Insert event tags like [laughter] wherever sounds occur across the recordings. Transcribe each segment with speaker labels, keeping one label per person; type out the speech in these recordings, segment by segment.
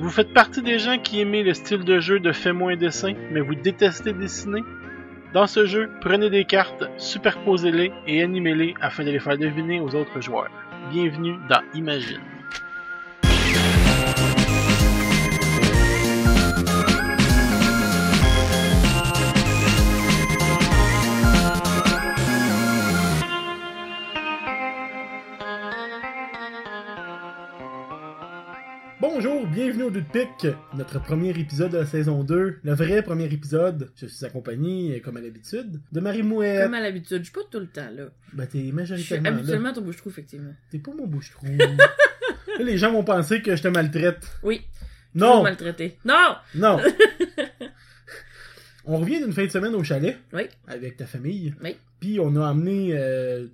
Speaker 1: Vous faites partie des gens qui aimez le style de jeu de fais-moi un dessin, mais vous détestez dessiner? Dans ce jeu, prenez des cartes, superposez-les et animez-les afin de les faire deviner aux autres joueurs. Bienvenue dans Imagine.
Speaker 2: Bonjour, bienvenue au Deux de Pique, notre premier épisode de la saison 2, le vrai premier épisode. Je suis accompagné, euh, comme à l'habitude, de Marie Mouette.
Speaker 3: Comme à l'habitude, je suis pas tout le temps là.
Speaker 2: Ben, t'es
Speaker 3: Je suis
Speaker 2: majoritairement là.
Speaker 3: habituellement ton bouche-trou, effectivement.
Speaker 2: T'es pas mon
Speaker 3: [laughs]
Speaker 2: bouche-trou. Là, Les gens vont penser que je te maltraite.
Speaker 3: Oui. toujours
Speaker 2: Non,
Speaker 3: maltraité. Non! [laughs]
Speaker 2: non. on revient d'une fin de semaine au chalet.
Speaker 3: Oui.
Speaker 2: Avec ta famille.
Speaker 3: Oui.
Speaker 2: Puis on a amené euh,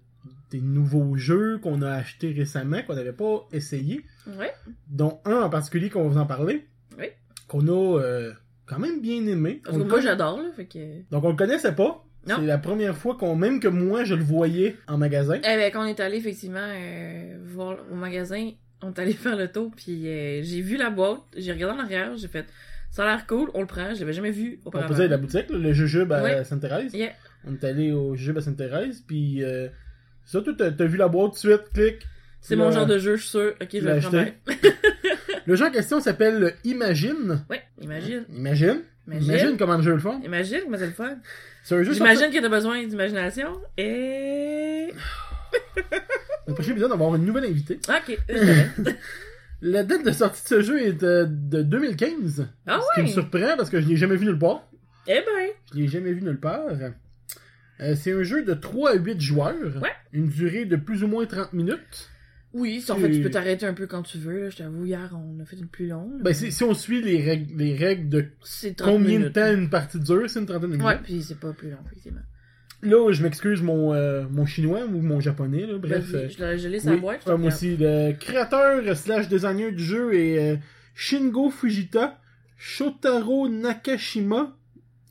Speaker 2: des nouveaux jeux qu'on a achetés récemment, qu'on n'avait pas essayé.
Speaker 3: Ouais.
Speaker 2: dont un en particulier qu'on va vous en parler.
Speaker 3: Oui.
Speaker 2: Qu'on a euh, quand même bien aimé.
Speaker 3: Parce
Speaker 2: On
Speaker 3: que
Speaker 2: le
Speaker 3: moi,
Speaker 2: conna-
Speaker 3: j'adore, là. Fait que. Eh
Speaker 2: Donc on le connaissait pas.
Speaker 3: Non.
Speaker 2: C'est la première fois qu'on même que moi je le voyais en magasin.
Speaker 3: ben, quand on est allé, effectivement, euh, voir au magasin, on est allé [laughs] faire le tour, puis euh, j'ai vu la boîte, j'ai regardé en arrière, j'ai fait. Ça a l'air cool, on le prend, je l'avais jamais vu
Speaker 2: On
Speaker 3: auparavant.
Speaker 2: posait la boutique, là, le jujube à
Speaker 3: Ouais.
Speaker 2: Sainte-Thérèse.
Speaker 3: Yeah.
Speaker 2: On est allé au jujube à Sainte-Thérèse, puis euh, ça, toi, t'as t'as vu la boîte tout de suite, clic.
Speaker 3: C'est mon
Speaker 2: Ouais.
Speaker 3: genre de jeu, je suis sûr. Ok, je vais le
Speaker 2: l'as
Speaker 3: prendre.
Speaker 2: acheté. Le jeu en question s'appelle Imagine.
Speaker 3: Ouais, imagine.
Speaker 2: Imagine.
Speaker 3: Imagine.
Speaker 2: Imagine comment le jeu le font.
Speaker 3: Imagine comment ça le fun.
Speaker 2: C'est un jeu sorti-
Speaker 3: J'imagine que t'as besoin d'imagination. Et.
Speaker 2: Dans le prochain épisode, on va avoir une nouvelle invitée.
Speaker 3: Ok.
Speaker 2: [coughs] La date de sortie de ce jeu est de, de 2015.
Speaker 3: Ah
Speaker 2: Ce qui me
Speaker 3: ouais!
Speaker 2: surprend parce que je l'ai jamais vu nulle part.
Speaker 3: Eh ben!
Speaker 2: Je l'ai jamais vu nulle part. Euh, c'est un jeu de 3 à 8 joueurs.
Speaker 3: Ouais.
Speaker 2: Une durée de plus ou moins 30 minutes.
Speaker 3: Oui, ça, en
Speaker 2: Tu-
Speaker 3: fait, tu peux t'arrêter un peu quand tu veux. là. Je t'avoue, hier, on a fait une plus longue.
Speaker 2: Ben, c'est- si on suit les règles, les règles de
Speaker 3: c'est 30
Speaker 2: combien de
Speaker 3: minutes.
Speaker 2: temps une partie dure, c'est une trentaine de minutes.
Speaker 3: Ouais, puis c'est pas plus long, effectivement.
Speaker 2: Là, je m'excuse mon, euh, mon chinois ou mon japonais, là, bref.
Speaker 3: Vas-y,
Speaker 2: euh,
Speaker 3: Ben, je l'ai gelé sa
Speaker 2: oui,
Speaker 3: boîte.
Speaker 2: ouais, moi aussi, le créateur slash designer du jeu est euh, Shingo Fujita, Shotaro Nakashima,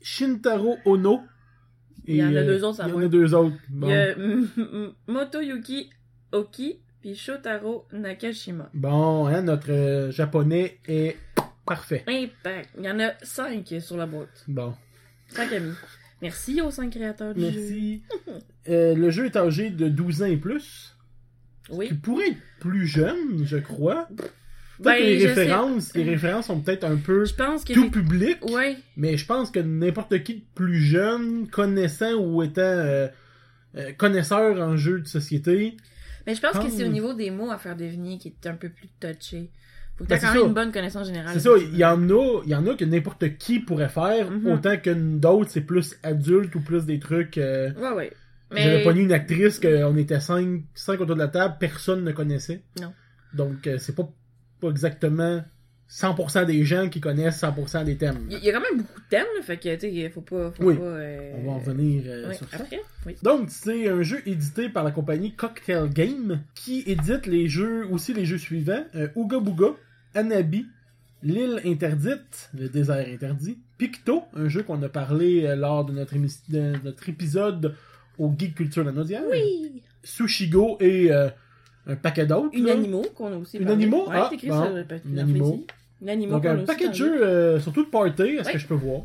Speaker 2: Shintaro Ono.
Speaker 3: Il y en a
Speaker 2: euh,
Speaker 3: deux autres, ça
Speaker 2: Il y en
Speaker 3: va.
Speaker 2: a deux autres.
Speaker 3: Il
Speaker 2: Bon.
Speaker 3: y a M- M- Motoyuki Oki, puis Shotaro Nakashima.
Speaker 2: Bon, hein, notre euh, japonais est parfait.
Speaker 3: Impact. Il y en a 5 sur la boîte.
Speaker 2: Bon,
Speaker 3: 5 amis. Merci aux 5 créateurs du jeu. [laughs]
Speaker 2: merci. Euh, le jeu est âgé de 12 ans et plus.
Speaker 3: Oui.
Speaker 2: Qui pourrait être plus jeune, je crois. Peut-être
Speaker 3: Ben,
Speaker 2: que les
Speaker 3: je sais-
Speaker 2: références, les références sont peut-être un peu
Speaker 3: Je pense que...
Speaker 2: tout public,
Speaker 3: Ouais.
Speaker 2: mais je pense que n'importe qui de plus jeune, connaissant ou étant euh, euh, connaisseur en jeu de société,
Speaker 3: Mais je pense que c'est au
Speaker 2: Hum.
Speaker 3: niveau des mots à faire devenir qui est un peu plus touché. Faut que
Speaker 2: Ben,
Speaker 3: t'aies
Speaker 2: c'est
Speaker 3: quand même
Speaker 2: ça.
Speaker 3: une bonne connaissance générale.
Speaker 2: c'est ça, il y en a, il y en a que n'importe qui pourrait faire,
Speaker 3: Mhm.
Speaker 2: autant que d'autres c'est plus adulte ou plus des trucs. euh,
Speaker 3: Ouais, ouais.
Speaker 2: J'avais
Speaker 3: Mais...
Speaker 2: pogné une actrice qu'on était cinq, cinq autour de la table, personne ne connaissait.
Speaker 3: Non.
Speaker 2: Donc, euh, c'est pas, pas exactement 100% des gens qui connaissent 100% des thèmes.
Speaker 3: Il y- il y a quand même beaucoup de thèmes, là, fait que, tu sais, faut pas... Faut
Speaker 2: Oui.
Speaker 3: pas euh,
Speaker 2: On va en venir euh,
Speaker 3: ouais,
Speaker 2: sur ça.
Speaker 3: après, oui.
Speaker 2: Donc, c'est un jeu édité par la compagnie Cocktail Game qui édite les jeux, aussi les jeux suivants euh, Ooga Booga, Anabi, L'île interdite, le désert interdit, Picto, un jeu qu'on a parlé euh, lors de notre, émis- de notre épisode au Geek Culture Lanaudière.
Speaker 3: Oui!
Speaker 2: Sushigo et euh, un paquet d'autres. là.
Speaker 3: Unanimo, qu'on a aussi parlé.
Speaker 2: Unanimo?
Speaker 3: Ouais,
Speaker 2: Ah,
Speaker 3: c'est écrit
Speaker 2: bon.
Speaker 3: sur le papier.
Speaker 2: Unanimo.
Speaker 3: Unanimo,
Speaker 2: Donc
Speaker 3: qu'on a
Speaker 2: un
Speaker 3: aussi
Speaker 2: paquet de
Speaker 3: parlé.
Speaker 2: jeux, euh, surtout de party, à ce
Speaker 3: Ouais.
Speaker 2: que je peux voir.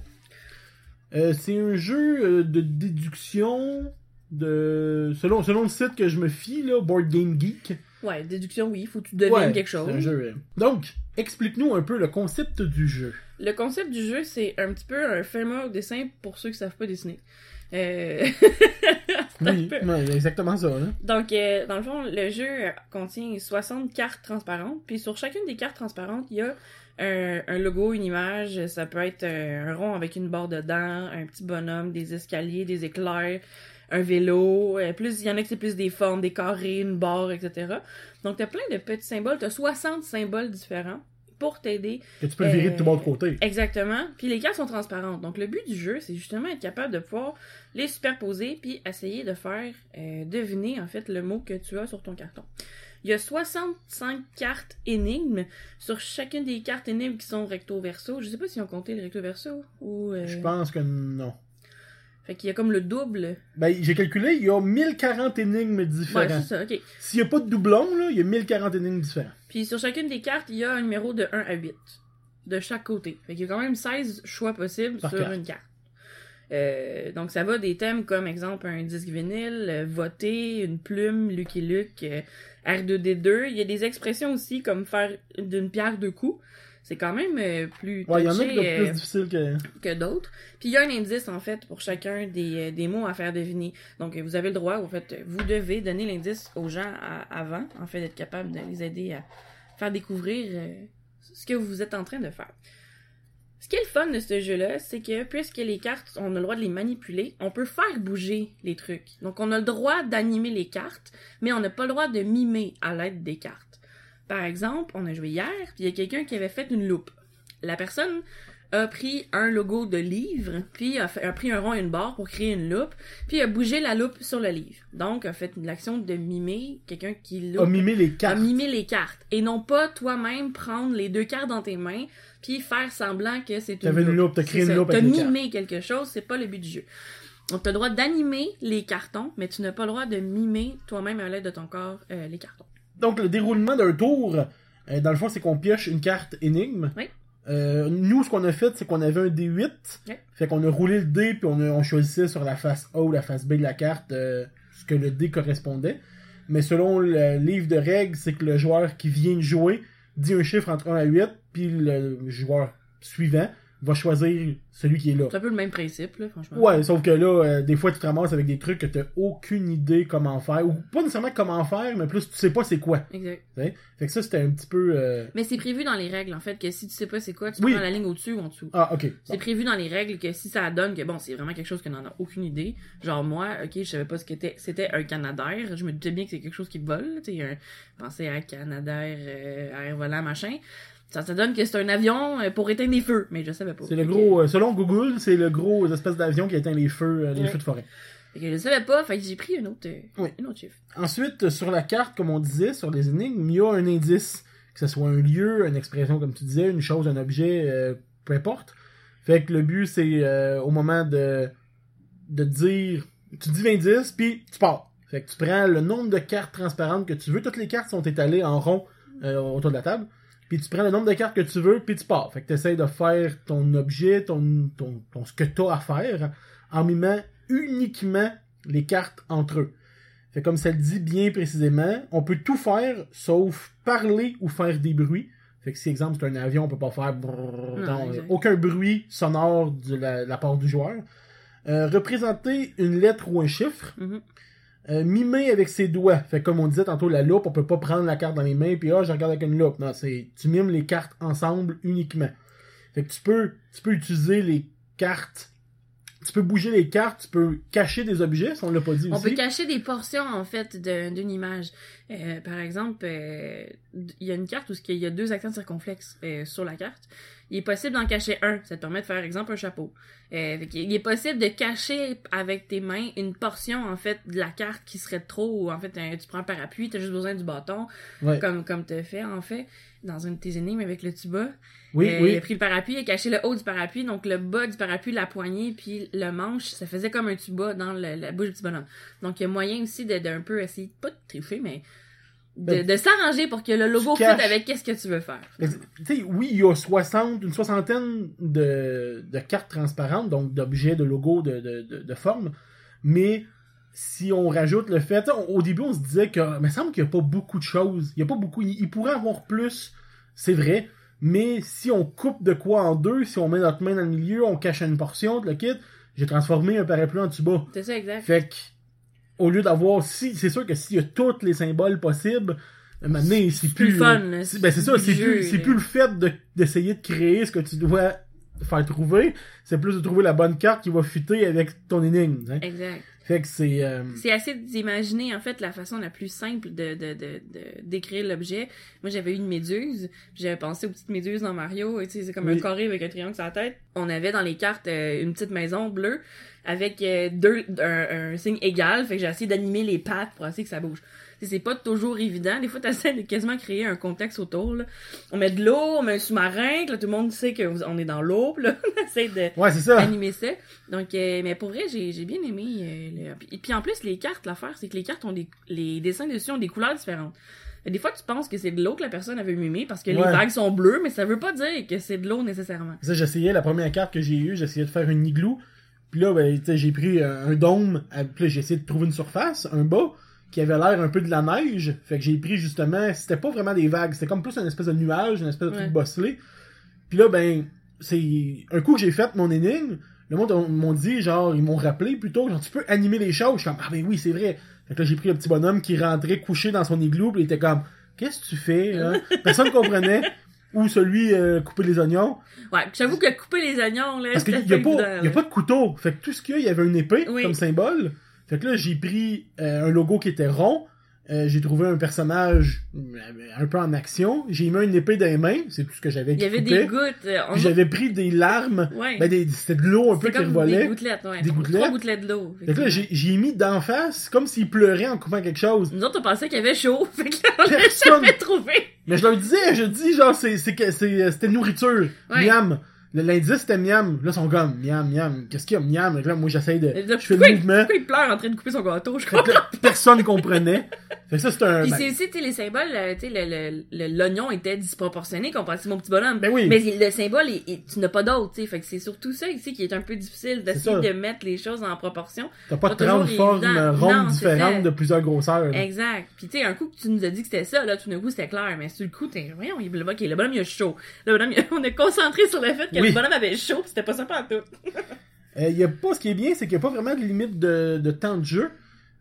Speaker 2: Euh, c'est un jeu euh, de déduction de selon selon le site que je me fie là, Board Game Geek.
Speaker 3: Ouais, déduction, oui, faut que tu devines
Speaker 2: Ouais,
Speaker 3: quelque
Speaker 2: c'est un
Speaker 3: chose.
Speaker 2: jeu, euh. Donc, explique-nous un peu le concept du jeu.
Speaker 3: Le concept du jeu, c'est un petit peu un framework dessin pour ceux qui savent pas dessiner. Euh... [laughs]
Speaker 2: Oui, ouais, exactement ça. hein.
Speaker 3: Donc, euh, dans le fond, le jeu euh, contient 60 cartes transparentes. Puis sur chacune des cartes transparentes, il y a un, un logo, une image. Ça peut être euh, un, un rond avec une barre dedans, un petit bonhomme, des escaliers, des éclairs, un vélo. Euh, plus, il y en a que c'est plus des formes, des carrés, une barre, etc. Donc, t'as plein de petits symboles. T'as 60 symboles différents pour t'aider
Speaker 2: Que tu peux
Speaker 3: Euh,
Speaker 2: virer de tout bon côté.
Speaker 3: Exactement. Puis les cartes sont transparentes. Donc le but du jeu, c'est justement être capable de pouvoir les superposer puis essayer de faire euh, deviner en fait le mot que tu as sur ton carton. Il y a 65 cartes énigmes. Sur chacune des cartes énigmes qui sont recto-verso, je sais pas si on comptait le recto-verso ou... euh,
Speaker 2: Je pense que non.
Speaker 3: Fait qu'il y a comme le double.
Speaker 2: Ben, j'ai calculé, il y a 1040 énigmes
Speaker 3: Ouais,
Speaker 2: différentes.
Speaker 3: c'est ça, ok.
Speaker 2: S'il n'y a pas de doublon, là, il y a 1040 énigmes différentes.
Speaker 3: Puis sur chacune des cartes, il y a un numéro de 1 à 8. de chaque côté. Fait qu'il y a quand même 16 choix possibles
Speaker 4: Par
Speaker 3: sur
Speaker 4: carte.
Speaker 3: une carte. Euh, donc ça va des thèmes comme exemple un disque vinyle, euh, voter, une plume, Lucky Luke, euh, R2D2. Il y a des expressions aussi comme faire d'une pierre deux coups. C'est quand même euh, plus
Speaker 4: Ouais, il y en a
Speaker 3: touché,
Speaker 4: qui sont
Speaker 3: euh,
Speaker 4: plus difficiles que.
Speaker 3: que d'autres. Puis il y a un indice, en fait, pour chacun des, euh, des mots à faire deviner. Donc, euh, vous avez le droit, en fait, euh, vous devez donner l'indice aux gens à- avant, en fait, d'être capable de les aider à faire découvrir euh, ce que vous êtes en train de faire. Ce qui est le fun de ce jeu-là, c'est que puisque les cartes, on a le droit de les manipuler, on peut faire bouger les trucs. Donc, on a le droit d'animer les cartes, mais on n'a pas le droit de mimer à l'aide des cartes. Par exemple, on a joué hier, puis il y a quelqu'un qui avait fait une loupe. La personne a pris un logo de livre, puis a, fait- a pris un rond et une barre pour créer une loupe, puis a bougé la loupe sur le livre. Donc, a fait l'action de mimer quelqu'un qui loupe
Speaker 4: A mimé les
Speaker 3: à
Speaker 4: cartes.
Speaker 3: mimer les cartes et non pas toi-même prendre les deux cartes dans tes mains puis faire semblant que c'est une
Speaker 4: T'avais une loupe, t'as
Speaker 3: C'est
Speaker 4: créé une
Speaker 3: ça,
Speaker 4: loupe
Speaker 3: T'as
Speaker 4: avec les cartes.
Speaker 3: mimé quelque chose, c'est pas le but du jeu. Donc t'as le droit d'animer les cartons, mais tu n'as pas le droit de mimer toi-même à l'aide de ton corps euh, les cartons.
Speaker 4: Donc, le déroulement d'un tour, euh, dans le fond, c'est qu'on pioche une carte énigme.
Speaker 3: Oui.
Speaker 4: Euh, nous, ce qu'on a fait, c'est qu'on avait un D8.
Speaker 3: Oui.
Speaker 4: Fait qu'on a roulé le dé, puis on, a- on choisissait sur la face A ou la face B de la carte euh, ce que le dé correspondait. Mais selon le livre de règles, c'est que le joueur qui vient de jouer dit un chiffre entre 1 à 8, puis le joueur suivant va choisir celui qui est là.
Speaker 3: C'est un peu le même principe, là, franchement.
Speaker 4: Ouais, sauf que là, euh, des fois, tu te ramasses avec des trucs que t'as aucune idée comment faire. Ou pas nécessairement comment faire, mais plus tu sais pas c'est quoi.
Speaker 3: Exact.
Speaker 4: Fait que ça, c'était un petit peu. euh,
Speaker 3: Mais c'est prévu dans les règles, en fait, que si tu sais pas c'est quoi, tu
Speaker 4: Oui.
Speaker 3: prends la ligne au-dessus ou en dessous.
Speaker 4: Ah, ok.
Speaker 3: C'est prévu dans les règles que si ça donne que bon, c'est vraiment quelque chose que n'en a aucune idée. Genre moi, ok, je savais pas ce que c'était. C'était un Canadair. Je me doutais bien que c'est quelque chose qui vole. Tu sais, un- pensez à Canadair, euh, air volant, machin. Ça, ça donne que c'est un avion euh, pour éteindre des feux, mais je savais pas.
Speaker 4: C'est le
Speaker 3: Fait que-
Speaker 4: gros. euh, selon Google, c'est le gros espèce d'avion qui éteint les feux, euh, les
Speaker 3: Ouais.
Speaker 4: feux de forêt.
Speaker 3: Fait que je savais pas. Fait que j'ai pris une autre, euh,
Speaker 4: Oui.
Speaker 3: une autre chiffre.
Speaker 4: Ensuite, euh, sur la carte, comme on disait, sur les énigmes, il y a un indice. Que ce soit un lieu, une expression, comme tu disais, une chose, un objet, euh, peu importe. Fait que le but, c'est euh, au moment de, de dire. Tu dis l'indice, puis tu pars. Fait que tu prends le nombre de cartes transparentes que tu veux. Toutes les cartes sont étalées en rond euh, autour de la table. Puis tu prends le nombre de cartes que tu veux, puis tu pars. Fait que tu de faire ton objet, ton, ton, ton ce que tu as à faire, en mimant uniquement les cartes entre eux. Fait comme ça le dit bien précisément, on peut tout faire sauf parler ou faire des bruits. Fait que si exemple c'est un avion, on peut pas faire brrrr,
Speaker 3: Non,
Speaker 4: dans-
Speaker 3: exact.
Speaker 4: aucun bruit sonore de la, la part du joueur. Euh, représenter une lettre ou un chiffre.
Speaker 3: Mhm.
Speaker 4: Euh, mimer avec ses doigts. Fait que comme on disait tantôt, la loupe, on peut pas prendre la carte dans les mains puis ah, je regarde avec une loupe. Non, c'est tu mimes les cartes ensemble uniquement. Fait que tu peux, tu peux utiliser les cartes, tu peux bouger les cartes, tu peux cacher des objets, si on l'a pas dit
Speaker 3: On
Speaker 4: aussi.
Speaker 3: peut cacher des portions en fait de- d'une image. Euh, par exemple, euh, d- il y a une carte où il y a deux accents circonflexes euh, sur la carte. Il est possible d'en cacher un. Ça te permet de faire exemple un chapeau. Euh, fait qu'il- il est possible de cacher avec tes mains une portion en fait de la carte qui serait trop. En fait, un- tu prends un parapluie, t'as juste besoin du bâton,
Speaker 4: Ouais.
Speaker 3: comme comme t'as fait en fait dans une de tes énigmes avec le tuba.
Speaker 4: Oui,
Speaker 3: Euh, Il
Speaker 4: oui.
Speaker 3: a pris le parapluie, il a caché le haut du parapluie, donc le bas du parapluie, la poignée, puis le manche, ça faisait comme un tuba dans le- la bouche du petit bonhomme. Donc il y a moyen aussi de- d'un peu essayer, pas de tricher, mais de,
Speaker 4: Ben,
Speaker 3: de s'arranger pour que le logo
Speaker 4: caches.
Speaker 3: fitte avec qu'est-ce que tu veux faire.
Speaker 4: Mais Tu sais, oui, il y a 60, une soixantaine de, de cartes transparentes, donc d'objets, de logos, de, de, de, de formes, mais si on rajoute le fait, tu sais, on- au début on se disait que, mais il me semble qu'il n'y a pas beaucoup de choses, il y a pas beaucoup, il, il pourrait avoir plus, c'est vrai, mais si on coupe de quoi en deux, si on met notre main dans le milieu, on cache une portion de le kit, j'ai transformé un parapluie en tuba.
Speaker 3: C'est ça, exact.
Speaker 4: Fait que, au lieu d'avoir, si, c'est sûr que s'il y a tous les symboles possibles, à un moment donné, c'est
Speaker 3: Plus
Speaker 4: plus.
Speaker 3: le fun. là.
Speaker 4: C'est- Ben c'est ça, c'est
Speaker 3: le jeu,
Speaker 4: plus, c'est
Speaker 3: là.
Speaker 4: plus le fait de- d'essayer de, créer ce que tu dois faire trouver, c'est plus de trouver la bonne carte qui va fuiter avec ton énigme. hein.
Speaker 3: Exact.
Speaker 4: Fait que c'est... euh,
Speaker 3: C'est assez d'imaginer en fait la façon la plus simple de de- de- de- d'écrire l'objet. Moi j'avais une méduse, j'avais pensé aux petites méduses dans Mario, et tu sais, c'est comme
Speaker 4: Oui.
Speaker 3: un carré avec un triangle sur la tête. On avait dans les cartes euh, une petite maison bleue avec euh, deux un, un signe égal, fait que j'ai essayé d'animer les pattes pour essayer que ça bouge. Tu sais, C'est pas toujours évident. Des fois, t'essaies de quasiment créer un contexte autour. Là. On met de l'eau, on met un sous-marin, que là, tout le monde sait qu'on est dans l'eau. puis Là, [laughs] on essaie de
Speaker 4: Ouais, c'est ça.
Speaker 3: animer ça. Donc, euh, mais pour vrai, j'ai j'ai bien aimé. euh, le- Puis, puis en plus, les cartes, l'affaire, c'est que les cartes ont des les dessins dessus ont des couleurs différentes. Fait Des fois, tu penses que c'est de l'eau que la personne avait mimé parce que les
Speaker 4: Ouais.
Speaker 3: vagues sont bleues, mais ça veut pas dire que c'est de l'eau nécessairement.
Speaker 4: Ça, j'essayais la première carte que j'ai eue, j'essayais de faire une igloo. Puis là, ben, tu sais, j'ai pris euh, un dôme, à- puis là, j'ai essayé de trouver une surface, un bas, qui avait l'air un peu de la neige. Fait que j'ai pris justement, c'était pas vraiment des vagues, c'était comme plus une espèce de nuage, une espèce de
Speaker 3: Ouais.
Speaker 4: truc bosselé. Puis là, ben, c'est un coup que j'ai fait mon énigme, le monde on- m'ont dit, genre, ils m'ont rappelé plutôt, genre, tu peux animer les choses. Je suis comme, ah ben oui, c'est vrai. Fait que là, j'ai pris le petit bonhomme qui rentrait couché dans son igloo, puis il était comme, qu'est-ce que tu fais? hein? Personne comprenait. Ou celui euh, couper les oignons.
Speaker 3: Ouais, puis j'avoue que couper les oignons, là,
Speaker 4: Parce qu'il
Speaker 3: c'était
Speaker 4: n'y a,
Speaker 3: évident,
Speaker 4: pas- y a
Speaker 3: là.
Speaker 4: pas de couteau. Fait que tout ce qu'il y a, il y avait une épée
Speaker 3: Oui.
Speaker 4: comme symbole. Fait que là, j'ai pris euh, un logo qui était rond. Euh, j'ai trouvé un personnage euh, un peu en action. J'ai mis une épée dans les mains. C'est tout ce que j'avais
Speaker 3: Il y
Speaker 4: qui
Speaker 3: avait
Speaker 4: coupait.
Speaker 3: des gouttes. euh, On...
Speaker 4: Puis J'avais pris des larmes.
Speaker 3: Ouais.
Speaker 4: Ben, des- C'était de l'eau un peu
Speaker 3: C'était
Speaker 4: qui
Speaker 3: comme Des
Speaker 4: revolait.
Speaker 3: gouttelettes, ouais.
Speaker 4: Des
Speaker 3: Trois-
Speaker 4: gouttelettes.
Speaker 3: Trois gouttelettes de l'eau.
Speaker 4: Fait que là, j'ai j'ai mis d'en face comme s'il pleurait en coupant
Speaker 3: [laughs]
Speaker 4: quelque chose.
Speaker 3: Nous autres, on pensait qu'il y avait chaud. [laughs] Fait que là, on l'a
Speaker 4: [laughs] Personne.
Speaker 3: jamais trouvé.
Speaker 4: Mais je leur disais, je dis genre, c'est c'est que- c'est, euh, c'était nourriture.
Speaker 3: Ouais.
Speaker 4: Miam. Le- L'indice c'était miam. Là, ils sont comme miam, miam. Qu'est-ce qu'il y a, miam? Là, moi, j'essaye de.
Speaker 3: Là,
Speaker 4: Je fais
Speaker 3: pourquoi
Speaker 4: le
Speaker 3: il-
Speaker 4: mouvement.
Speaker 3: Pourquoi il pleure en train de couper son gâteau, je
Speaker 4: Fait
Speaker 3: crois.
Speaker 4: que là, personne comprenait. Fait que ça, c'est un.
Speaker 3: Puis
Speaker 4: ben,
Speaker 3: c'est aussi, tu sais, les symboles, euh, tu sais, le- le- le- l'oignon était disproportionné comparé à mon petit bonhomme.
Speaker 4: Ben oui.
Speaker 3: Mais le symbole, il- il- tu n'as pas d'autre, tu sais. Fait que c'est surtout ça ici qui est un peu difficile d'essayer
Speaker 4: ça.
Speaker 3: de mettre les choses en proportion.
Speaker 4: T'as pas
Speaker 3: pas
Speaker 4: 30
Speaker 3: toujours
Speaker 4: formes
Speaker 3: évident.
Speaker 4: rondes
Speaker 3: Non, c'est ça.
Speaker 4: différentes de plusieurs grosseurs. là.
Speaker 3: Exact. Puis tu sais, un coup que tu nous as dit que c'était ça, là, tout d'un coup, c'était clair. Mais sur le coup, t'es, voyons, il le, ok, le bonhomme, il a chaud. Le bonhomme, il- on est concentré sur le fait que
Speaker 4: Oui.
Speaker 3: le bonhomme avait chaud, puis c'était pas sympa en tout.
Speaker 4: Euh, y a pas, ce qui est bien, c'est qu'il n'y a pas vraiment de limite de, de temps de jeu.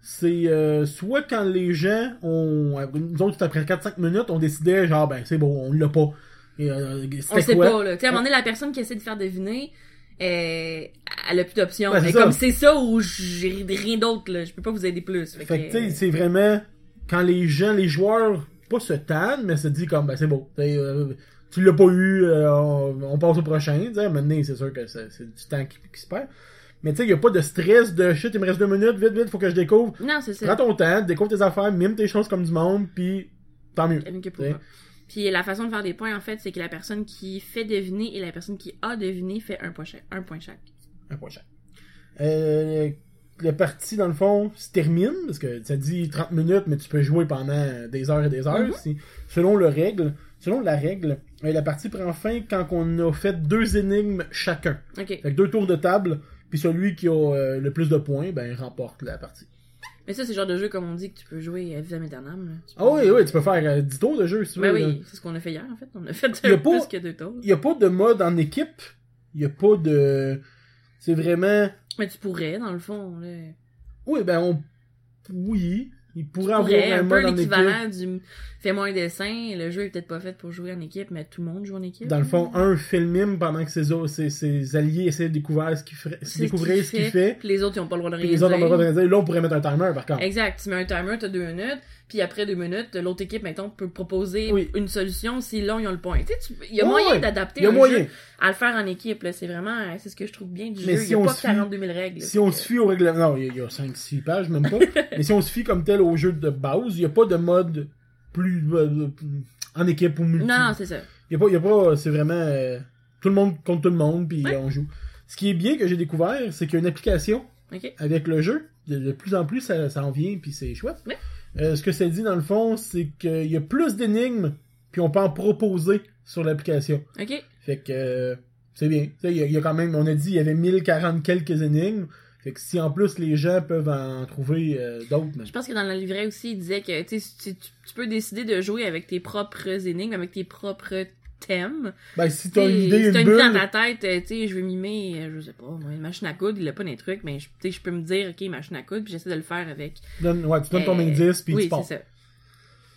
Speaker 4: C'est euh, soit quand les gens ont. euh, Nous autres, après 4-5 minutes, on décidait genre, ben c'est bon, on l'a pas. Et, euh,
Speaker 3: On
Speaker 4: C'était
Speaker 3: sait
Speaker 4: quoi?
Speaker 3: pas, là. Tu sais, à un moment donné, la personne qui essaie de faire deviner, euh, elle a plus d'options.
Speaker 4: Ben, c'est
Speaker 3: Mais
Speaker 4: ça.
Speaker 3: comme c'est ça ou j'ai rien d'autre, là, je peux pas vous aider plus. Fait,
Speaker 4: Fait que,
Speaker 3: que, euh,
Speaker 4: tu sais, c'est vraiment quand les gens, les joueurs, pas se tannent, mais se disent comme, ben c'est bon, t'sais, euh, tu l'as pas eu, euh, on, on passe au prochain. tu sais, Maintenant, c'est sûr que c'est c'est du temps qui, qui se perd. Mais tu sais, il a pas de stress de shit, il me reste deux minutes, vite, vite, faut que je découvre.
Speaker 3: Non, c'est ça.
Speaker 4: Prends ton temps, découvre tes affaires, mime tes choses comme du monde, puis tant mieux.
Speaker 3: Comme que pour
Speaker 4: Ouais.
Speaker 3: moi. Puis la façon de faire des points, en fait, c'est que la personne qui fait deviner et la personne qui a deviné fait un point chaque. Un point chaque.
Speaker 4: Un prochain. Euh, la partie, dans le fond, se termine, parce que ça dit 30 minutes, mais tu peux jouer pendant des heures et des heures,
Speaker 3: Mhm.
Speaker 4: si- selon le règle. Selon la règle, euh, la partie prend fin quand on a fait deux énigmes chacun.
Speaker 3: OK.
Speaker 4: Fait que deux tours de table, puis celui qui a euh, le plus de points, ben, remporte la partie.
Speaker 3: Mais ça, c'est le genre de jeu, comme on dit, que tu peux jouer à Vitam Eternam. là. Tu
Speaker 4: Ah
Speaker 3: peux-
Speaker 4: oui, oui, tu peux faire euh, 10 tours de jeu, si tu
Speaker 3: Ben
Speaker 4: veux, là.
Speaker 3: oui, c'est ce qu'on a fait hier, en fait. On a fait
Speaker 4: Il y a
Speaker 3: plus
Speaker 4: pas-
Speaker 3: que deux tours.
Speaker 4: Il n'y a pas de mode en équipe, il n'y a pas de... C'est vraiment...
Speaker 3: Mais tu pourrais, dans le fond, là.
Speaker 4: Oui, ben, on... Oui, il pourrait avoir
Speaker 3: pourrait, un
Speaker 4: un,
Speaker 3: peu
Speaker 4: mode en équipe.
Speaker 3: l'équivalent du fais-moi un dessin. Le jeu est peut-être pas fait pour jouer en équipe, mais tout le monde joue en équipe.
Speaker 4: Dans le fond, un fait le mime pendant que ses, autres- ses, ses alliés essaient de découvrir ce qu'il ferait-
Speaker 3: C'est
Speaker 4: découvrir ce qu'il fait.
Speaker 3: Puis les autres, ils ont pas le droit de rien
Speaker 4: Puis les autres, on
Speaker 3: dire.
Speaker 4: va pas dire, là, on pourrait mettre un timer, par contre.
Speaker 3: Exact, tu mets un timer, t'as deux minutes, puis après deux minutes, l'autre équipe, mettons, peut proposer
Speaker 4: Oui.
Speaker 3: une solution si là, ils ont le point. Tu sais, tu- il y a
Speaker 4: Ouais,
Speaker 3: moyen
Speaker 4: ouais.
Speaker 3: d'adapter
Speaker 4: Il y a
Speaker 3: un
Speaker 4: moyen.
Speaker 3: jeu à le faire en équipe, là. C'est vraiment, euh, c'est ce que je trouve bien du
Speaker 4: Mais
Speaker 3: jeu.
Speaker 4: si
Speaker 3: il
Speaker 4: on
Speaker 3: n'y a pas
Speaker 4: se fie-
Speaker 3: 42 000 règles.
Speaker 4: Si on
Speaker 3: Fait
Speaker 4: se fie au règlement... Non, il y a- il y a, 5-6 pages, même pas. Mais si on se fie comme tel au jeu de base, il n'y a pas de mode plus... euh, en équipe ou
Speaker 3: que-
Speaker 4: multi.
Speaker 3: Non, non, c'est ça.
Speaker 4: Il y a pas... il y a pas c'est vraiment... euh, tout le monde contre tout le monde, puis
Speaker 3: Ouais.
Speaker 4: on joue. Ce qui est bien que j'ai découvert, c'est qu'il y a une application
Speaker 3: OK.
Speaker 4: avec le jeu. De, de plus en plus, ça, ça en vient, puis c'est chouette.
Speaker 3: Ouais.
Speaker 4: Euh, ce que ça dit, dans le fond, c'est qu'il y a plus d'énigmes, puis on peut en proposer sur l'application.
Speaker 3: OK.
Speaker 4: Fait que euh, c'est bien. Tu sais, Il y, a- il y a quand même, on a dit, il y avait 1040 quelques énigmes. Fait que si en plus les gens peuvent en trouver euh, d'autres, mais-
Speaker 3: Je pense que dans la livret aussi, il disait que tu, sais, tu, tu- tu peux décider de jouer avec tes propres énigmes, avec tes propres thèmes.
Speaker 4: ben, si
Speaker 3: Tu
Speaker 4: t'as une idée, une
Speaker 3: as
Speaker 4: bulle,
Speaker 3: dans ta tête, euh, tu sais, je vais mimer, euh, je sais pas, moi, une machine à coudre, il a pas des trucs, mais je- tu sais, je peux me dire, OK, machine à coudre, puis j'essaie de le faire avec
Speaker 4: donne- ouais, tu donnes ton
Speaker 3: Euh,
Speaker 4: indice, puis
Speaker 3: Oui,
Speaker 4: tu pars.
Speaker 3: c'est ça.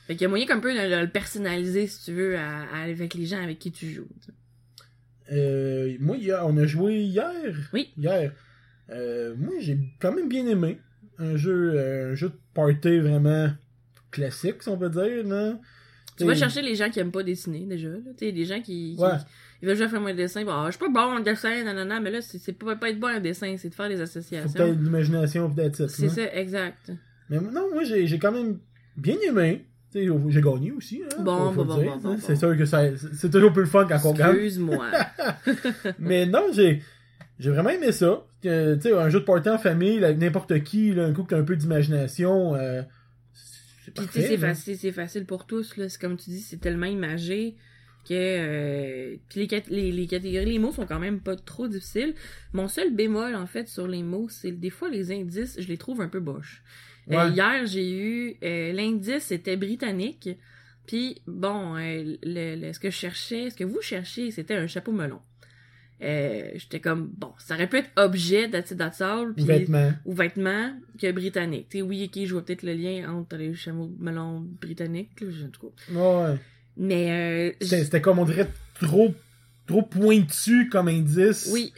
Speaker 3: Fait qu'il y a moyen qu'un peu de, de le personnaliser, si tu veux, à- à- avec les gens avec qui tu joues. tu sais.
Speaker 4: Euh, moi, hier- on a joué hier.
Speaker 3: Oui.
Speaker 4: Hier. Euh, moi, j'ai quand même bien aimé. Un jeu, euh, un jeu de party vraiment classique, si on peut dire. non?
Speaker 3: Tu vas
Speaker 4: T'sais,
Speaker 3: chercher les gens qui aiment pas dessiner, déjà. là. Tu sais, des gens qui, qui-
Speaker 4: Ouais.
Speaker 3: ils veulent jouer à faire moins de dessin. Bon, ah, je suis pas bon en dessin, nanana, mais là, c'est c'est pas, pas être bon en dessin, c'est de faire des
Speaker 4: Faut peut-être
Speaker 3: associations.
Speaker 4: de l'imagination pis d'être
Speaker 3: C'est ça, exact.
Speaker 4: Mais moi- non, moi, j'ai j'ai quand même bien aimé. T'sais, j'ai gagné aussi. hein,
Speaker 3: Bon,
Speaker 4: faut- faut
Speaker 3: bon, bon,
Speaker 4: le dire,
Speaker 3: bon, bon,
Speaker 4: hein.
Speaker 3: bon.
Speaker 4: C'est sûr que ça- c'est toujours plus le fun quand on gagne.
Speaker 3: Excuse-moi.
Speaker 4: Mais non, j'ai j'ai vraiment aimé ça. Euh, tu sais, un jeu de party en famille, là, n'importe qui, là, un coup que t'as un peu d'imagination, euh, c'est
Speaker 3: Puis tu sais,
Speaker 4: parfait,
Speaker 3: c'est
Speaker 4: là.
Speaker 3: facile, c'est facile pour tous, là. C'est comme tu dis, c'est tellement imagé que... euh, Puis les, cat- les, les catégories, les mots sont quand même pas trop difficiles. Mon seul bémol, en fait, sur les mots, c'est des fois, les indices, je les trouve un peu boches. Euh,
Speaker 4: Ouais.
Speaker 3: hier, j'ai eu... euh, L'indice, c'était britannique. Puis, bon, euh, le- le- ce que je cherchais, ce que vous cherchiez, c'était un chapeau melon. Euh, J'étais comme, bon, ça aurait pu être objet d'Atsidasol,
Speaker 4: Ou
Speaker 3: puis
Speaker 4: Vêtements.
Speaker 3: ou vêtements que britannique. Tu sais, oui, ok, je vois peut-être le lien entre les chameaux melons britanniques, là, je ne trouve.
Speaker 4: Ouais.
Speaker 3: Mais, euh,
Speaker 4: C'était
Speaker 3: j-
Speaker 4: c'était comme on dirait trop trop pointu comme indice
Speaker 3: oui,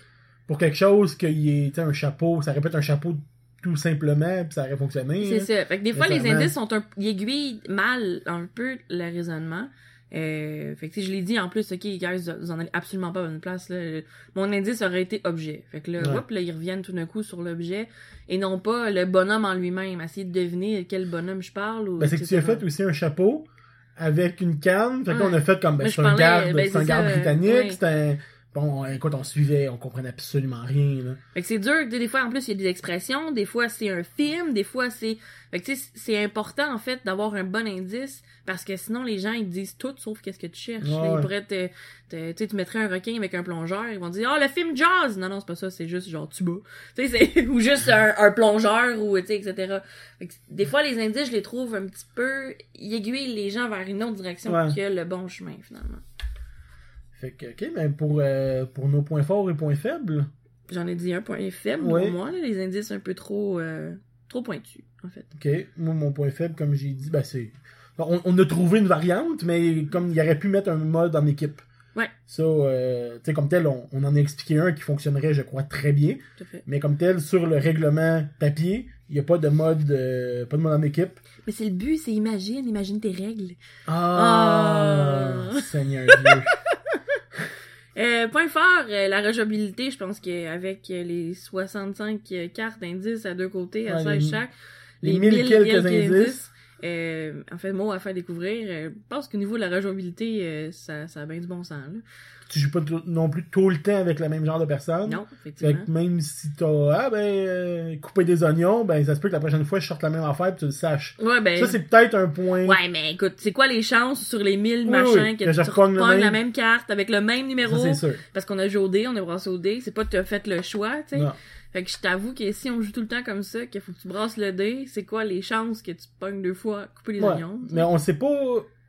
Speaker 4: pour quelque chose qui était un chapeau. Ça répète un chapeau tout simplement, puis ça aurait fonctionné.
Speaker 3: c'est
Speaker 4: là.
Speaker 3: ça. Fait que des fois, les
Speaker 4: Nécessairement.
Speaker 3: indices sont un, ils aiguillent mal un peu le raisonnement. Euh, fait que tu sais, je l'ai dit en plus, ok, guys, vous en allez absolument pas à bonne place. Là. Mon indice aurait été objet. Fait que là,
Speaker 4: Ouais.
Speaker 3: hop, là, ils reviennent tout d'un coup sur l'objet et non pas le bonhomme en lui-même. Essayer de deviner quel bonhomme je parle. Ou,
Speaker 4: Ben, c'est que tu as
Speaker 3: etc.
Speaker 4: fait aussi un chapeau avec une canne. Fait que là,
Speaker 3: Ouais.
Speaker 4: on a fait comme, ben,
Speaker 3: Moi, je
Speaker 4: c'est un
Speaker 3: parlais,
Speaker 4: garde,
Speaker 3: ben,
Speaker 4: c'est un
Speaker 3: c'est
Speaker 4: garde
Speaker 3: ça,
Speaker 4: britannique,
Speaker 3: ouais.
Speaker 4: c'est un... Bon, écoute, on suivait, on comprenait absolument rien, là.
Speaker 3: Fait que c'est dur, tu sais, des fois en plus il y a des expressions, des fois c'est un film, des fois c'est. Fait que tu sais, c'est important en fait d'avoir un bon indice parce que sinon les gens ils disent tout sauf qu'est-ce que tu cherches.
Speaker 4: Ouais,
Speaker 3: Ils
Speaker 4: ouais.
Speaker 3: pourraient te- te- tu sais, tu mettrais un requin avec un plongeur, ils vont dire Ah le film Jazz! Non, non, c'est pas ça, c'est juste genre tuba. Tu sais, c'est- [laughs] ou juste un, un plongeur ou tu sais, etc. Fait que des fois les indices je les trouve un petit peu. Ils aiguillent les gens vers une autre direction
Speaker 4: Ouais.
Speaker 3: que le bon chemin finalement.
Speaker 4: Fait que, ok, ben, pour, euh, pour nos points forts et points faibles,
Speaker 3: J'en ai dit un point faible
Speaker 4: Ouais.
Speaker 3: pour moi, là, les indices un peu trop euh, trop pointus, en fait.
Speaker 4: ok, moi, mon point faible, comme j'ai dit, ben, c'est... On, on a trouvé une variante, mais comme il aurait pu mettre un mode en équipe.
Speaker 3: Ouais.
Speaker 4: Ça, euh, tu sais, comme tel, on, on en a expliqué un qui fonctionnerait, je crois, très bien.
Speaker 3: Tout à fait.
Speaker 4: Mais comme tel, sur le règlement papier, il n'y a pas de mode, euh, pas de mode en équipe.
Speaker 3: Mais c'est le but, c'est imagine, imagine tes règles.
Speaker 4: Ah,
Speaker 3: Ah.
Speaker 4: Seigneur [laughs] Dieu.
Speaker 3: Euh, point fort, euh, la rejouabilité, je pense qu'avec euh, les 65 euh, cartes d'indices à deux côtés, à
Speaker 4: Ouais,
Speaker 3: 16
Speaker 4: les-
Speaker 3: chaque,
Speaker 4: Les mille quelques, indices.
Speaker 3: euh, en fait, mot à faire découvrir, euh, je pense qu'au niveau de la rejouabilité, euh, ça, ça a bien du bon sens. Là.
Speaker 4: Tu joues pas tout- non plus tout le temps avec le même genre de personne.
Speaker 3: Non,
Speaker 4: Fait
Speaker 3: effectivement.
Speaker 4: que même si t'as, ah ben, euh, coupé des oignons, ben ça se peut que la prochaine fois je sorte la même affaire pis tu le saches.
Speaker 3: Ouais, ben,
Speaker 4: Ça, c'est peut-être un point.
Speaker 3: ouais, mais écoute, c'est quoi les chances sur les 1000
Speaker 4: Oui,
Speaker 3: machins
Speaker 4: oui,
Speaker 3: que,
Speaker 4: que
Speaker 3: tu
Speaker 4: je reprenne le
Speaker 3: repognes la
Speaker 4: même.
Speaker 3: même carte avec le même
Speaker 4: ça,
Speaker 3: numéro?
Speaker 4: c'est sûr.
Speaker 3: parce qu'on a joué au dé, on a brassé au dé, c'est pas que t'as fait le choix, tu sais.
Speaker 4: Non.
Speaker 3: Fait que je t'avoue que si on joue tout le temps comme ça, qu'il faut que tu brasses le dé, c'est quoi les chances que tu pognes deux fois couper les
Speaker 4: Ouais.
Speaker 3: oignons?
Speaker 4: Mais on sait pas,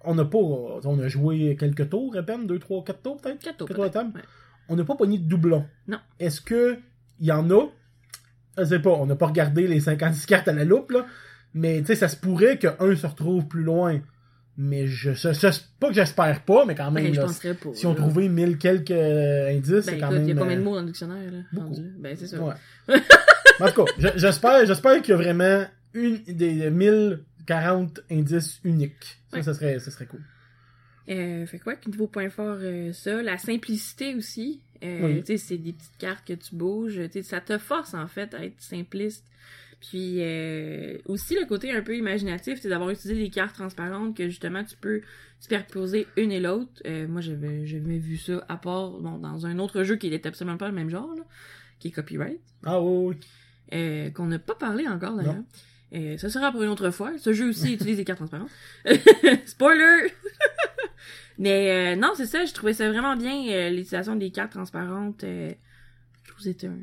Speaker 4: on n'a pas, on a joué quelques tours à peine, deux, trois, quatre tours peut-être.
Speaker 3: Quatre tours,
Speaker 4: Quatre tours à
Speaker 3: peut-être,
Speaker 4: table.
Speaker 3: ouais.
Speaker 4: On n'a pas pogné de doublons.
Speaker 3: Non.
Speaker 4: Est-ce que il y en a Je sais pas, on n'a pas regardé les 56 cartes à la loupe là, mais tu sais ça se pourrait qu'un se retrouve plus loin. Mais je, je- je- pas que j'espère pas, mais quand même
Speaker 3: Ben, je
Speaker 4: là,
Speaker 3: penserais pas.
Speaker 4: si on
Speaker 3: là.
Speaker 4: trouvait mille quelques euh, indices,
Speaker 3: Ben
Speaker 4: c'est quand
Speaker 3: écoute, il y a
Speaker 4: même
Speaker 3: combien de
Speaker 4: euh,
Speaker 3: mots dans le dictionnaire, là?
Speaker 4: beaucoup.
Speaker 3: rendu? Ben c'est ça. [laughs]
Speaker 4: Ouais. en tout cas, je- j'espère, j'espère qu'il y a vraiment une des 1040 indices uniques. Ça,
Speaker 3: Ouais.
Speaker 4: ça serait, ça serait cool.
Speaker 3: Euh, fait quoi, niveau point fort, euh, ça, la simplicité aussi. Euh,
Speaker 4: Oui.
Speaker 3: Tu sais, c'est des petites cartes que tu bouges. Tu sais, ça te force en fait à être simpliste. Puis euh, aussi le côté un peu imaginatif, c'est d'avoir utilisé des cartes transparentes que justement tu peux superposer une et l'autre. Euh, moi, j'avais jamais vu ça à part bon, dans un autre jeu qui n'était absolument pas le même genre, là, qui est copyright,
Speaker 4: Ah oui, oui.
Speaker 3: euh, qu'on n'a pas parlé encore d'ailleurs. Euh, ça sera pour une autre fois. Ce jeu
Speaker 4: [laughs]
Speaker 3: aussi utilise des cartes transparentes. [laughs] Spoiler! [laughs] Mais euh, non, c'est ça, je trouvais ça vraiment bien, euh, l'utilisation des cartes transparentes. euh, je trouve que c'était un-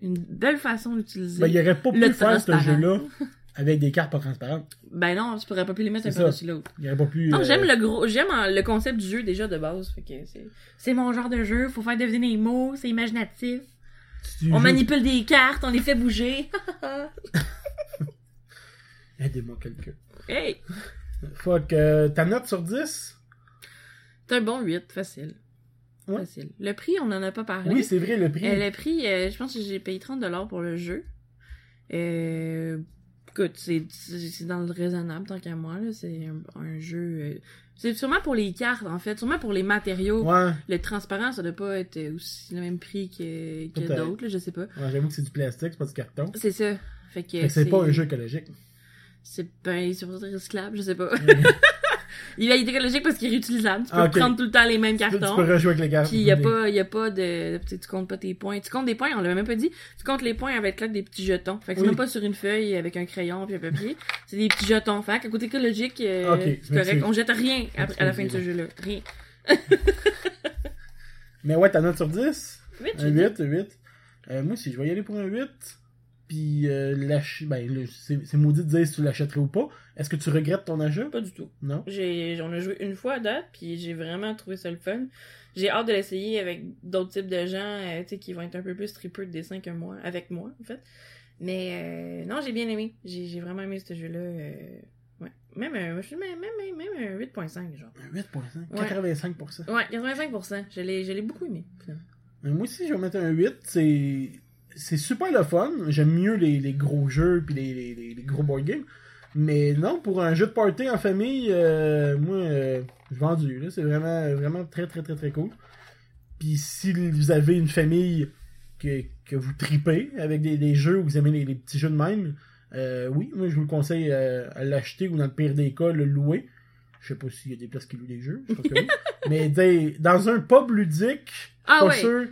Speaker 3: une belle façon d'utiliser.
Speaker 4: Ben, il aurait pas
Speaker 3: Le
Speaker 4: pu faire ce
Speaker 3: transparent.
Speaker 4: jeu-là avec des cartes pas transparentes.
Speaker 3: Ben non, tu pourrais pas plus les mettre un
Speaker 4: C'est
Speaker 3: par-dessus l'autre.
Speaker 4: Il aurait pas pu.
Speaker 3: Non,
Speaker 4: euh,
Speaker 3: j'aime le gros, j'aime euh, le concept du jeu déjà de base. Fait que c'est, c'est mon genre de jeu, faut faire deviner les mots, c'est imaginatif.
Speaker 4: Mm-hmm. tu
Speaker 3: On
Speaker 4: joues-
Speaker 3: manipule des cartes, on les fait bouger. [laughs]
Speaker 4: Aidez-moi quelqu'un.
Speaker 3: hey!
Speaker 4: Fuck, euh, ta note sur 10
Speaker 3: C'est un bon 8, facile.
Speaker 4: Ouais.
Speaker 3: Facile. Le prix, on en a pas parlé.
Speaker 4: Oui, c'est vrai, le prix.
Speaker 3: Euh, le prix, euh, je pense que j'ai payé 30$ pour le jeu. Euh, écoute, c'est c'est dans le raisonnable tant qu'à moi. là. C'est un, un jeu. euh, c'est sûrement pour les cartes, en fait. Sûrement pour les matériaux.
Speaker 4: Ouais,
Speaker 3: Le transparent, ça doit pas être euh, aussi le même prix que, que
Speaker 4: Peut-être.
Speaker 3: d'autres, là, je sais pas.
Speaker 4: ouais, j'avoue que c'est du plastique, c'est pas du carton.
Speaker 3: C'est ça. Fait que.
Speaker 4: Fait que c'est pas un jeu écologique.
Speaker 3: C'est ben, c'est pas très recyclable, je sais pas. [laughs] Il est idéologique parce qu'il est réutilisable. Tu peux
Speaker 4: Ah, ok.
Speaker 3: prendre tout le temps les mêmes
Speaker 4: Tu, tu
Speaker 3: cartons.
Speaker 4: peux rejouer avec les cartes.
Speaker 3: Puis il y a pas y a pas de tu sais, tu comptes pas tes points. Tu comptes des points, on l'a même pas dit. Tu comptes les points avec là des petits jetons. Fait que c'est
Speaker 4: Oui.
Speaker 3: même pas sur une feuille avec un crayon puis un papier. C'est des petits jetons. Fait qu'à côté écologique, euh,
Speaker 4: Ok,
Speaker 3: c'est
Speaker 4: je
Speaker 3: correct.
Speaker 4: m'excuse.
Speaker 3: On jette rien à, à la fin de ce
Speaker 4: m'excuse.
Speaker 3: jeu-là. Rien.
Speaker 4: Mais ouais, ta note sur 10
Speaker 3: Vite,
Speaker 4: Un 8, un 8. Euh, moi, si je vais y aller pour un 8, puis euh, l'ach- ben, le- c'est c'est maudit de dire si tu l'achèterais ou pas. Est-ce que tu regrettes ton achat
Speaker 3: Pas du tout.
Speaker 4: Non.
Speaker 3: J'ai on a joué une fois à date puis j'ai vraiment trouvé ça le fun. J'ai hâte de l'essayer avec d'autres types de gens euh, tu sais qui vont être un peu plus tripeux de dessin que moi avec moi en fait. Mais euh, non, j'ai bien aimé. J'ai j'ai vraiment aimé ce jeu-là. euh, ouais. Même un, je suis même, même, même un 8.5 genre.
Speaker 4: Un 8.5,
Speaker 3: Ouais.
Speaker 4: 85%.
Speaker 3: Ouais, 85%. Je l'ai, je l'ai beaucoup aimé, finalement.
Speaker 4: Mais moi aussi, je vais mettre un 8. C'est c'est super le fun. J'aime mieux les, les gros jeux puis les, les- les- les gros board games. Mais non, pour un jeu de party en famille, euh, moi, euh, je vends du. là. C'est vraiment, vraiment très, très, très, très cool. Puis si vous avez une famille que, que vous tripez avec des, des jeux ou vous aimez les, les petits jeux de même, euh, oui, moi, je vous le conseille euh, à l'acheter ou dans le pire des cas, le louer. Je sais pas s'il y a des places qui louent des jeux. Je pense que oui. Mais des- dans un pub ludique,
Speaker 3: Ah
Speaker 4: pas
Speaker 3: ouais!
Speaker 4: sûr.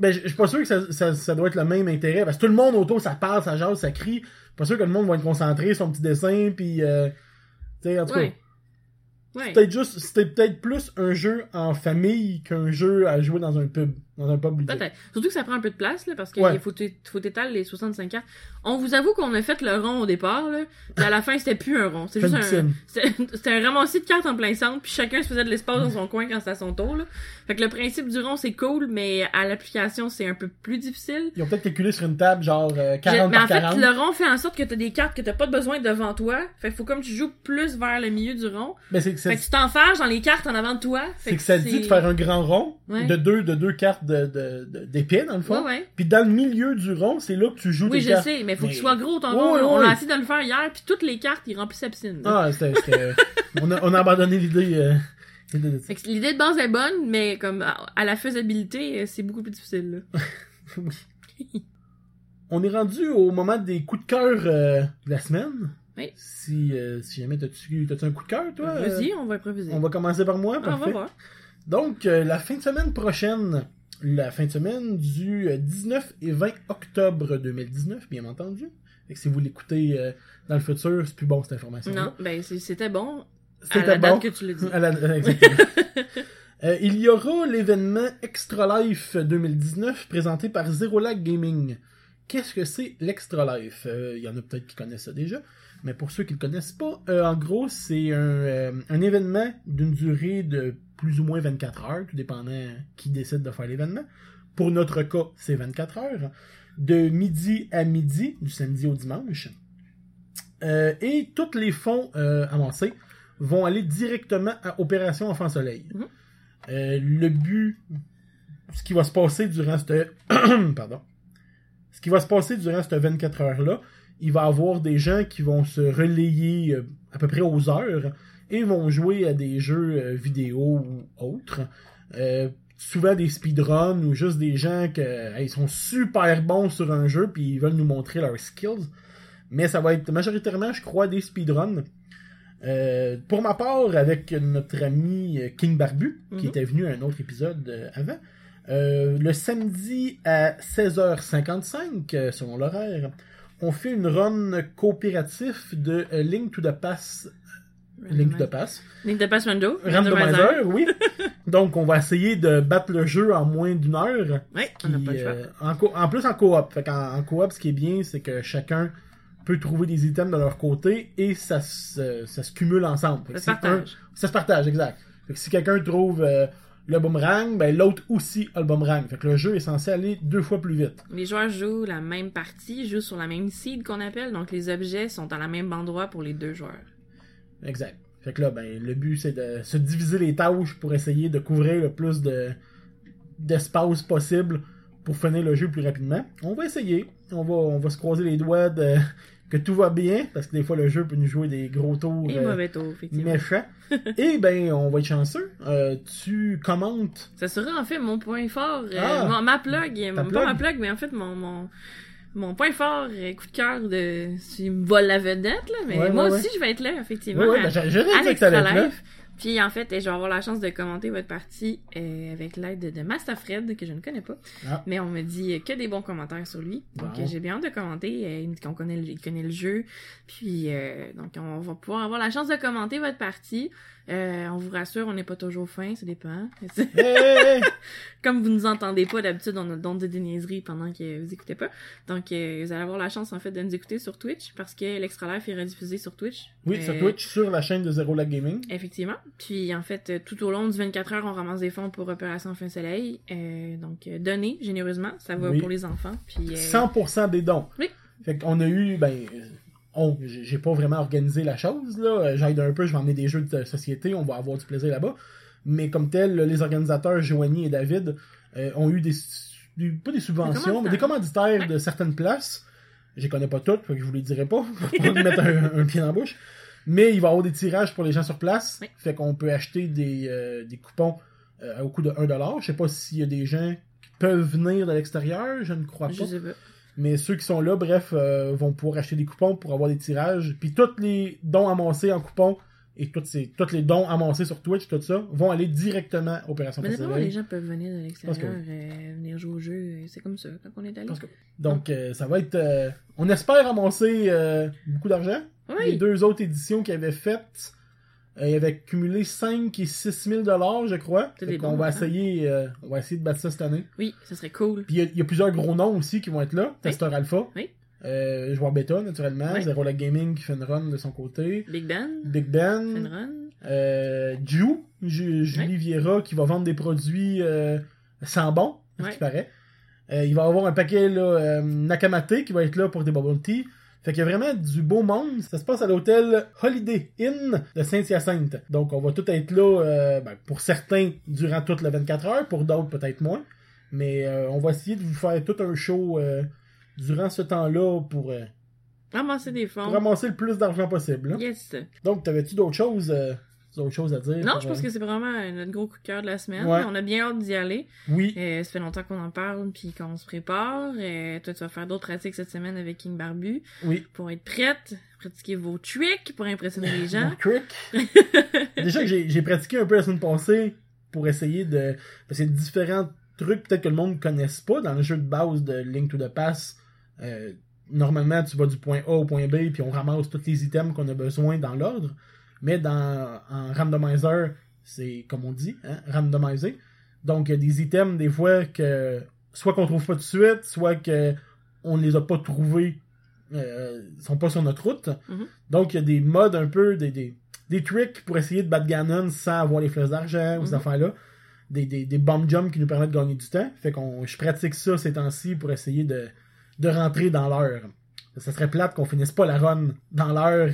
Speaker 4: Ben, je je suis pas sûr que ça, ça- ça doit être le même intérêt. Parce que tout le monde autour, ça parle, ça jase, ça crie. Pas sûr que le monde va être concentré sur un petit dessin, puis. euh, tu sais, en tout cas.
Speaker 3: Ouais. Ouais.
Speaker 4: Peut-être juste, c'était peut-être plus un jeu en famille qu'un jeu à jouer dans un pub. Dans un pub ludique.
Speaker 3: Peut-être. Surtout que ça prend un peu de place, là, parce qu'il
Speaker 4: Ouais.
Speaker 3: faut, t'é- faut t'étaler les 65 cartes. On vous avoue qu'on a fait le rond au départ, là. Puis à la fin, c'était plus un rond. C'était
Speaker 4: Fait
Speaker 3: juste
Speaker 4: une
Speaker 3: un.
Speaker 4: piscine.
Speaker 3: C'était c'était un ramassis de cartes en plein centre, puis chacun se faisait de l'espace dans son coin quand c'était à son tour, là. Fait que le principe du rond, c'est cool, mais à l'application, c'est un peu plus difficile.
Speaker 4: Ils ont peut-être calculé sur une table, genre euh,
Speaker 3: Je-
Speaker 4: 40
Speaker 3: mais en
Speaker 4: par
Speaker 3: fait,
Speaker 4: 40.
Speaker 3: le rond fait en sorte que t'as des cartes que t'as pas besoin devant toi. Fait que faut comme tu joues plus vers le milieu du rond.
Speaker 4: Mais c'est que, ça-
Speaker 3: Fait que tu t'enfarges dans les cartes en avant de toi. Fait
Speaker 4: c'est que ça dit de faire un grand rond
Speaker 3: Ouais.
Speaker 4: de, deux, de deux cartes de- de- de- d'épées, dans le
Speaker 3: Ouais,
Speaker 4: fond.
Speaker 3: ouais.
Speaker 4: Puis dans le milieu du rond, c'est là que tu joues
Speaker 3: Oui,
Speaker 4: des
Speaker 3: je
Speaker 4: cartes.
Speaker 3: sais, mais faut
Speaker 4: Mais-
Speaker 3: qu'il soit gros ton
Speaker 4: Oui,
Speaker 3: rond.
Speaker 4: oui,
Speaker 3: On
Speaker 4: oui.
Speaker 3: l'a essayé de le faire hier, puis toutes les cartes, ils remplissent la piscine. là.
Speaker 4: Ah, c'était. c'était- on, a, on a abandonné l'idée. euh, l'idée de ça.
Speaker 3: Fait que l'idée de base est bonne, mais comme à à la faisabilité, euh, c'est beaucoup plus difficile. là.
Speaker 4: On est rendu au moment des coups de cœur euh, de la semaine.
Speaker 3: Oui.
Speaker 4: Si, euh, si jamais t'as-tu t'as-tu un coup de cœur, toi? euh,
Speaker 3: Vas-y, on va improviser.
Speaker 4: On va commencer par moi,
Speaker 3: Ah, on va
Speaker 4: parfait.
Speaker 3: voir.
Speaker 4: Donc, euh, la fin de semaine prochaine, la fin de semaine du euh, 19 et 20 octobre 2019, bien entendu. Fait que si vous l'écoutez euh, dans le futur, c'est plus bon cette information.
Speaker 3: Non, ben c'est- c'était bon à
Speaker 4: C'était
Speaker 3: la
Speaker 4: bon.
Speaker 3: date que tu le
Speaker 4: [laughs]
Speaker 3: dis.
Speaker 4: À la- euh, exactement. Euh, il y aura l'événement Extra Life 2019 présenté par Zero Lag Gaming. Qu'est-ce que c'est l'Extra Life Euh, Il y en a peut-être qui connaissent ça déjà, mais pour ceux qui ne le connaissent pas, euh, en gros, c'est un, euh, un événement d'une durée de plus ou moins 24 heures, tout dépendant qui décide de faire l'événement. Pour notre cas, c'est 24 heures, de midi à midi, du samedi au dimanche. Euh, et tous les fonds euh, amassés vont aller directement à Opération Enfant Soleil.
Speaker 3: Mhm.
Speaker 4: Euh, le but, ce qui va se passer durant cette. [clears throat] Pardon. Ce qui va se passer durant cette 24 heures-là, il va y avoir des gens qui vont se relayer euh, à peu près aux heures et vont jouer à des jeux euh, vidéo ou autres. Euh, souvent des speedruns ou juste des gens qui sont super bons sur un jeu puis ils veulent nous montrer leurs skills. Mais ça va être majoritairement, je crois, des speedruns. Euh, pour ma part, avec notre ami euh, King Barbu, qui
Speaker 3: Mhm.
Speaker 4: était venu à un autre épisode euh, avant, euh, le samedi à 16h55, euh, selon l'horaire, on fait une run coopératif de euh, Link to the Pass. Link to the Pass.
Speaker 3: Link de Pass Rando. Randomizer. [laughs]
Speaker 4: Randomizer, oui. Donc, on va essayer de battre le jeu en moins d'une heure.
Speaker 3: Ouais, on
Speaker 4: Puis,
Speaker 3: n'a pas le choix.
Speaker 4: euh, en, co- en plus en coop. Fait qu'en en coop, ce qui est bien, c'est que chacun peut trouver des items de leur côté et ça se, ça se cumule ensemble. Fait que
Speaker 3: Ça se
Speaker 4: si un-
Speaker 3: partage.
Speaker 4: ça se partage, exact. Fait que si quelqu'un trouve euh, le boomerang, ben l'autre aussi a le boomerang. Fait que le jeu est censé aller deux fois plus vite.
Speaker 3: Les joueurs jouent la même partie, jouent sur la même seed qu'on appelle, donc les objets sont dans le même endroit pour les deux joueurs.
Speaker 4: Exact. Fait que là, ben, le but, c'est de se diviser les tâches pour essayer de couvrir le plus de d'espace possible pour finir le jeu plus rapidement. On va essayer. On va, on va se croiser les doigts de, [laughs] que tout va bien, parce que des fois, le jeu peut nous jouer des gros tours
Speaker 3: Et
Speaker 4: euh,
Speaker 3: mauvais taux, effectivement. [laughs]
Speaker 4: méchants. Et ben, on va être chanceux. Euh, tu commentes
Speaker 3: Ça sera en fait mon point fort, euh,
Speaker 4: Ah!
Speaker 3: mon- ma plug, euh,
Speaker 4: Ta
Speaker 3: pas
Speaker 4: plug?
Speaker 3: ma plug, mais en fait mon, mon, Mon point fort, euh, coup de cœur de. Tu me voles la vedette, là, mais
Speaker 4: Ouais,
Speaker 3: moi
Speaker 4: ouais,
Speaker 3: aussi, je vais être là, effectivement.
Speaker 4: Oui, oui,
Speaker 3: à-
Speaker 4: ben, j'ai- j'aurais
Speaker 3: à
Speaker 4: dit que ça allait être
Speaker 3: l'Extra
Speaker 4: là.
Speaker 3: Life. Puis en fait, je vais avoir la chance de commenter votre partie euh, avec l'aide de, de Master Fred, que je ne connais pas.
Speaker 4: Ah.
Speaker 3: Mais on me dit que des bons commentaires sur lui. Donc
Speaker 4: Bon.
Speaker 3: euh, j'ai bien hâte de commenter. Euh, il me dit qu'on connaît, le- il connaît le jeu. Puis euh, donc on va pouvoir avoir la chance de commenter votre partie. Euh, on vous rassure, on n'est pas toujours fin, ça dépend. [laughs]
Speaker 4: Hey!
Speaker 3: Comme vous nous entendez pas d'habitude, on a le don de des niaiseries pendant que vous écoutez pas. Donc euh, vous allez avoir la chance en fait de nous écouter sur Twitch parce que l'Extra Life est rediffusé sur Twitch.
Speaker 4: Oui,
Speaker 3: Euh,
Speaker 4: sur Twitch, sur la chaîne de Zero Lag Gaming.
Speaker 3: Effectivement. Puis en fait, euh, tout au long du 24 heures, on ramasse des fonds pour Opération Fin Soleil. Euh, donc, euh, donnez généreusement, ça va
Speaker 4: Oui.
Speaker 3: pour les enfants. Puis, euh,
Speaker 4: 100% des dons.
Speaker 3: Oui.
Speaker 4: Fait qu'on a eu, ben, euh, on, j'ai j'ai pas vraiment organisé la chose, là. Euh, J'aide un peu, je vais emmener des jeux de société, on va avoir du plaisir là-bas. Mais comme tel, les organisateurs, Joanie et David, euh, ont eu des, su- des- pas des subventions, mais des commanditaires de certaines places. Je les connais pas toutes, fait que je vous les dirai pas, [laughs] pour pas mettre un, un pied dans la bouche. Mais il va y avoir des tirages pour les gens sur place.
Speaker 3: Oui.
Speaker 4: Fait qu'on peut acheter des, euh, des coupons euh, au coût de 1$. Je sais pas s'il y a des gens qui peuvent venir de l'extérieur, je ne crois pas.
Speaker 3: je sais pas.
Speaker 4: Mais ceux qui sont là, bref, euh, vont pouvoir acheter des coupons pour avoir des tirages. Puis tous les dons amassés en coupons et toutes ces, tous les dons amassés sur Twitch, tout ça, vont aller directement à Opération
Speaker 3: Mais d'après moi,
Speaker 4: Festival.
Speaker 3: les gens peuvent venir de l'extérieur,
Speaker 4: Je pense
Speaker 3: euh, venir jouer au jeu. euh, C'est comme ça, quand on est allé.
Speaker 4: Je pense que- Donc, euh, ça va être. euh, on espère amasser euh, beaucoup d'argent. Les
Speaker 3: Oui,
Speaker 4: deux autres éditions qu'ils avaient faites, euh, ils avaient cumulé 5 et 6 000 je crois.
Speaker 3: C'est
Speaker 4: Fait
Speaker 3: des
Speaker 4: qu'on
Speaker 3: bons
Speaker 4: va
Speaker 3: montants.
Speaker 4: essayer, euh, on va essayer de battre ça cette année.
Speaker 3: oui, ça serait cool.
Speaker 4: Puis il y a- il y, a plusieurs gros noms aussi qui vont être là. Tester Alpha.
Speaker 3: Oui.
Speaker 4: Euh, joueur bêta, naturellement.
Speaker 3: Oui.
Speaker 4: Zero Lag Gaming qui fait une run de son côté.
Speaker 3: Big Ben,
Speaker 4: Big Ben.
Speaker 3: Fenron,
Speaker 4: Euh, Ju, Ju- Julie Vieira qui va vendre des produits euh, sans bon, à ce
Speaker 3: Ouais.
Speaker 4: qui paraît. Euh, il va y avoir un paquet là, euh, Nakamate qui va être là pour des bubble tea. Fait qu'il y a vraiment du beau monde. Ça se passe à l'hôtel Holiday Inn de Saint-Hyacinthe. Donc on va tout être là, euh, ben, pour certains durant toute la 24 heures, pour d'autres peut-être moins. Mais euh, on va essayer de vous faire tout un show euh, durant ce temps-là pour, euh,
Speaker 3: ramasser des
Speaker 4: pour
Speaker 3: fonds.
Speaker 4: ramasser le plus d'argent possible. là.
Speaker 3: Yes.
Speaker 4: Donc, t'avais-tu d'autres choses, euh, d'autres choses à dire?
Speaker 3: Non,
Speaker 4: pour,
Speaker 3: je pense
Speaker 4: euh,
Speaker 3: que c'est vraiment euh, notre gros coup de cœur de la semaine.
Speaker 4: Ouais.
Speaker 3: On a bien hâte d'y aller.
Speaker 4: Oui,
Speaker 3: Euh, ça fait longtemps qu'on en parle puis qu'on se prépare. Euh, toi, tu vas faire d'autres pratiques cette semaine avec King Barbu.
Speaker 4: oui.
Speaker 3: pour être prête, pratiquer vos tricks pour impressionner les gens.
Speaker 4: [laughs] Mon trick. Déjà que j'ai j'ai pratiqué un peu la semaine passée pour essayer de... Parce qu'il y a différents trucs peut-être que le monde ne connaisse pas dans le jeu de base de Link to the Pass. euh, normalement, tu vas du point A au point B puis on ramasse tous les items qu'on a besoin dans l'ordre. Mais dans en randomizer, c'est comme on dit, hein, randomisé. Donc, il y a des items des fois que soit qu'on trouve pas tout de suite, soit que on les a pas trouvés, euh, sont pas sur notre route.
Speaker 3: Mhm.
Speaker 4: Donc, il y a des modes un peu, des, des, des tricks pour essayer de battre Ganon sans avoir les flèches d'argent ou ces
Speaker 3: Mhm.
Speaker 4: affaires-là. Des, des, des bomb jumps qui nous permettent de gagner du temps. Fait qu'on je pratique ça ces temps-ci pour essayer de, de rentrer dans l'heure. Ça serait plate qu'on finisse pas la run dans l'heure.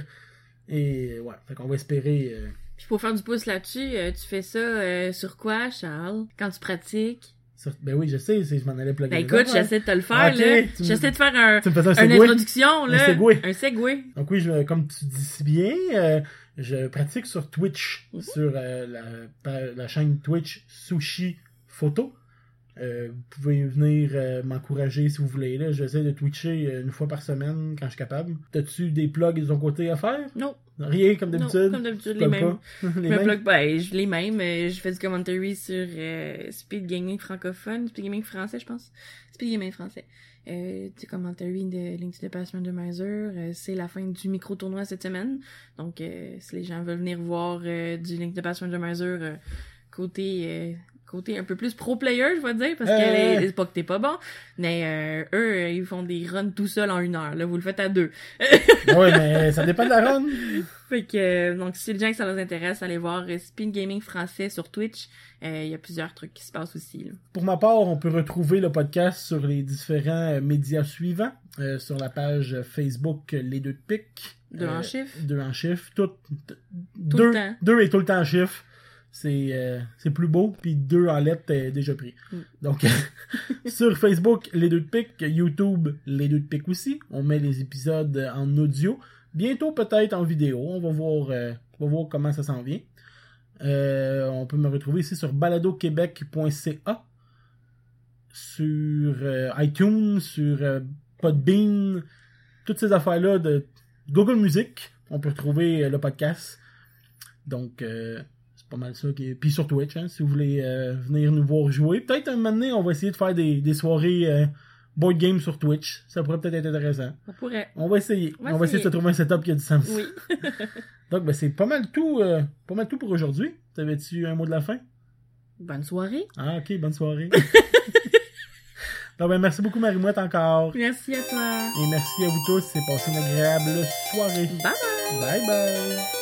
Speaker 4: Et ouais, fait qu'on va espérer. euh,
Speaker 3: Puis pour faire du pouce là-dessus, euh, tu fais ça euh, sur quoi, Charles? Quand tu pratiques?
Speaker 4: sur- Ben oui, je sais, c'est- je m'en allais plugger.
Speaker 3: Ben
Speaker 4: les
Speaker 3: écoute,
Speaker 4: affaires.
Speaker 3: j'essaie de te le faire,
Speaker 4: Ok,
Speaker 3: là.
Speaker 4: tu me-
Speaker 3: J'essaie de faire un,
Speaker 4: Tu me faisais un
Speaker 3: une
Speaker 4: segway.
Speaker 3: introduction, là.
Speaker 4: segway.
Speaker 3: Un segway.
Speaker 4: Donc oui, je, comme tu dis si bien, euh, je pratique sur Twitch,
Speaker 3: Mhm.
Speaker 4: sur euh, la, pa- la chaîne Twitch Sushi Photo. Euh, vous pouvez venir euh, m'encourager si vous voulez. Là, j'essaie de twitcher euh, une fois par semaine quand je suis capable. T'as-tu des plugs de ton côté à faire
Speaker 3: Non,
Speaker 4: Rien comme
Speaker 3: non,
Speaker 4: d'habitude.
Speaker 3: comme d'habitude, les
Speaker 4: Comme
Speaker 3: mêmes.
Speaker 4: pas. [laughs] Les
Speaker 3: Je me
Speaker 4: mêmes?
Speaker 3: bloque, ben, je- les mêmes. euh, Je fais du commentary sur euh, Speed Gaming francophone, Speed Gaming français, je pense. Speed Gaming français. Euh, du commentary de Link to the Past Randomizer. Euh, c'est la fin du micro-tournoi cette semaine. Donc, euh, si les gens veulent venir voir euh, du Link to the Past Randomizer euh, côté... euh, côté un peu plus pro player je vais dire parce que
Speaker 4: Euh.
Speaker 3: les- c'est pas que t'es pas bon mais euh, eux euh, ils font des runs tout seuls en une heure là vous le faites à deux
Speaker 4: ouais, mais euh, ça dépend de la run.
Speaker 3: fait que, euh, donc, si le gens que ça les intéresse, allez voir euh, Spin Gaming français sur Twitch. Euh, Il y a plusieurs trucs qui se passent aussi. là.
Speaker 4: Pour ma part, on peut retrouver le podcast sur les différents euh, médias suivants, euh, sur la page Facebook euh, Les Deux de Pique.
Speaker 3: Deux en
Speaker 4: Euh,
Speaker 3: chiffre.
Speaker 4: Deux en chiffre. Tout, t-
Speaker 3: Tout
Speaker 4: deux,
Speaker 3: le temps.
Speaker 4: deux et tout le temps en chiffre. C'est euh, c'est plus beau, puis deux en lettres, t'es déjà pris.
Speaker 3: Mm.
Speaker 4: Donc, [laughs] sur Facebook, Les Deux de Pique, YouTube, Les Deux de Pique aussi. On met les épisodes en audio. Bientôt, peut-être en vidéo. On va voir, euh, on va voir comment ça s'en vient. Euh, on peut me retrouver ici sur baladoquebec.ca, sur euh, iTunes, sur euh, Podbean, toutes ces affaires-là de Google Music. On peut retrouver euh, le podcast. Donc, euh, c'est pas mal ça. qui est- Puis sur Twitch, hein, si vous voulez euh, venir nous voir jouer. Peut-être un moment donné, on va essayer de faire des, des soirées euh, board game sur Twitch. Ça pourrait peut-être être intéressant.
Speaker 3: On
Speaker 4: [laughs]
Speaker 3: pourrait.
Speaker 4: On va essayer.
Speaker 3: On
Speaker 4: On va,
Speaker 3: va
Speaker 4: essayer de se
Speaker 3: essayer.
Speaker 4: trouver un setup qui a du sens.
Speaker 3: Oui.
Speaker 4: Donc, ben, c'est pas mal tout, euh, pas mal tout pour aujourd'hui. T'avais-tu un mot de la fin?
Speaker 3: Bonne soirée.
Speaker 4: Ah, ok, bonne soirée. Donc, ben, merci beaucoup, Marie-Mouette, encore.
Speaker 3: Merci à toi.
Speaker 4: Et merci à vous tous. C'est passé une agréable soirée.
Speaker 3: Bye bye.
Speaker 4: Bye bye.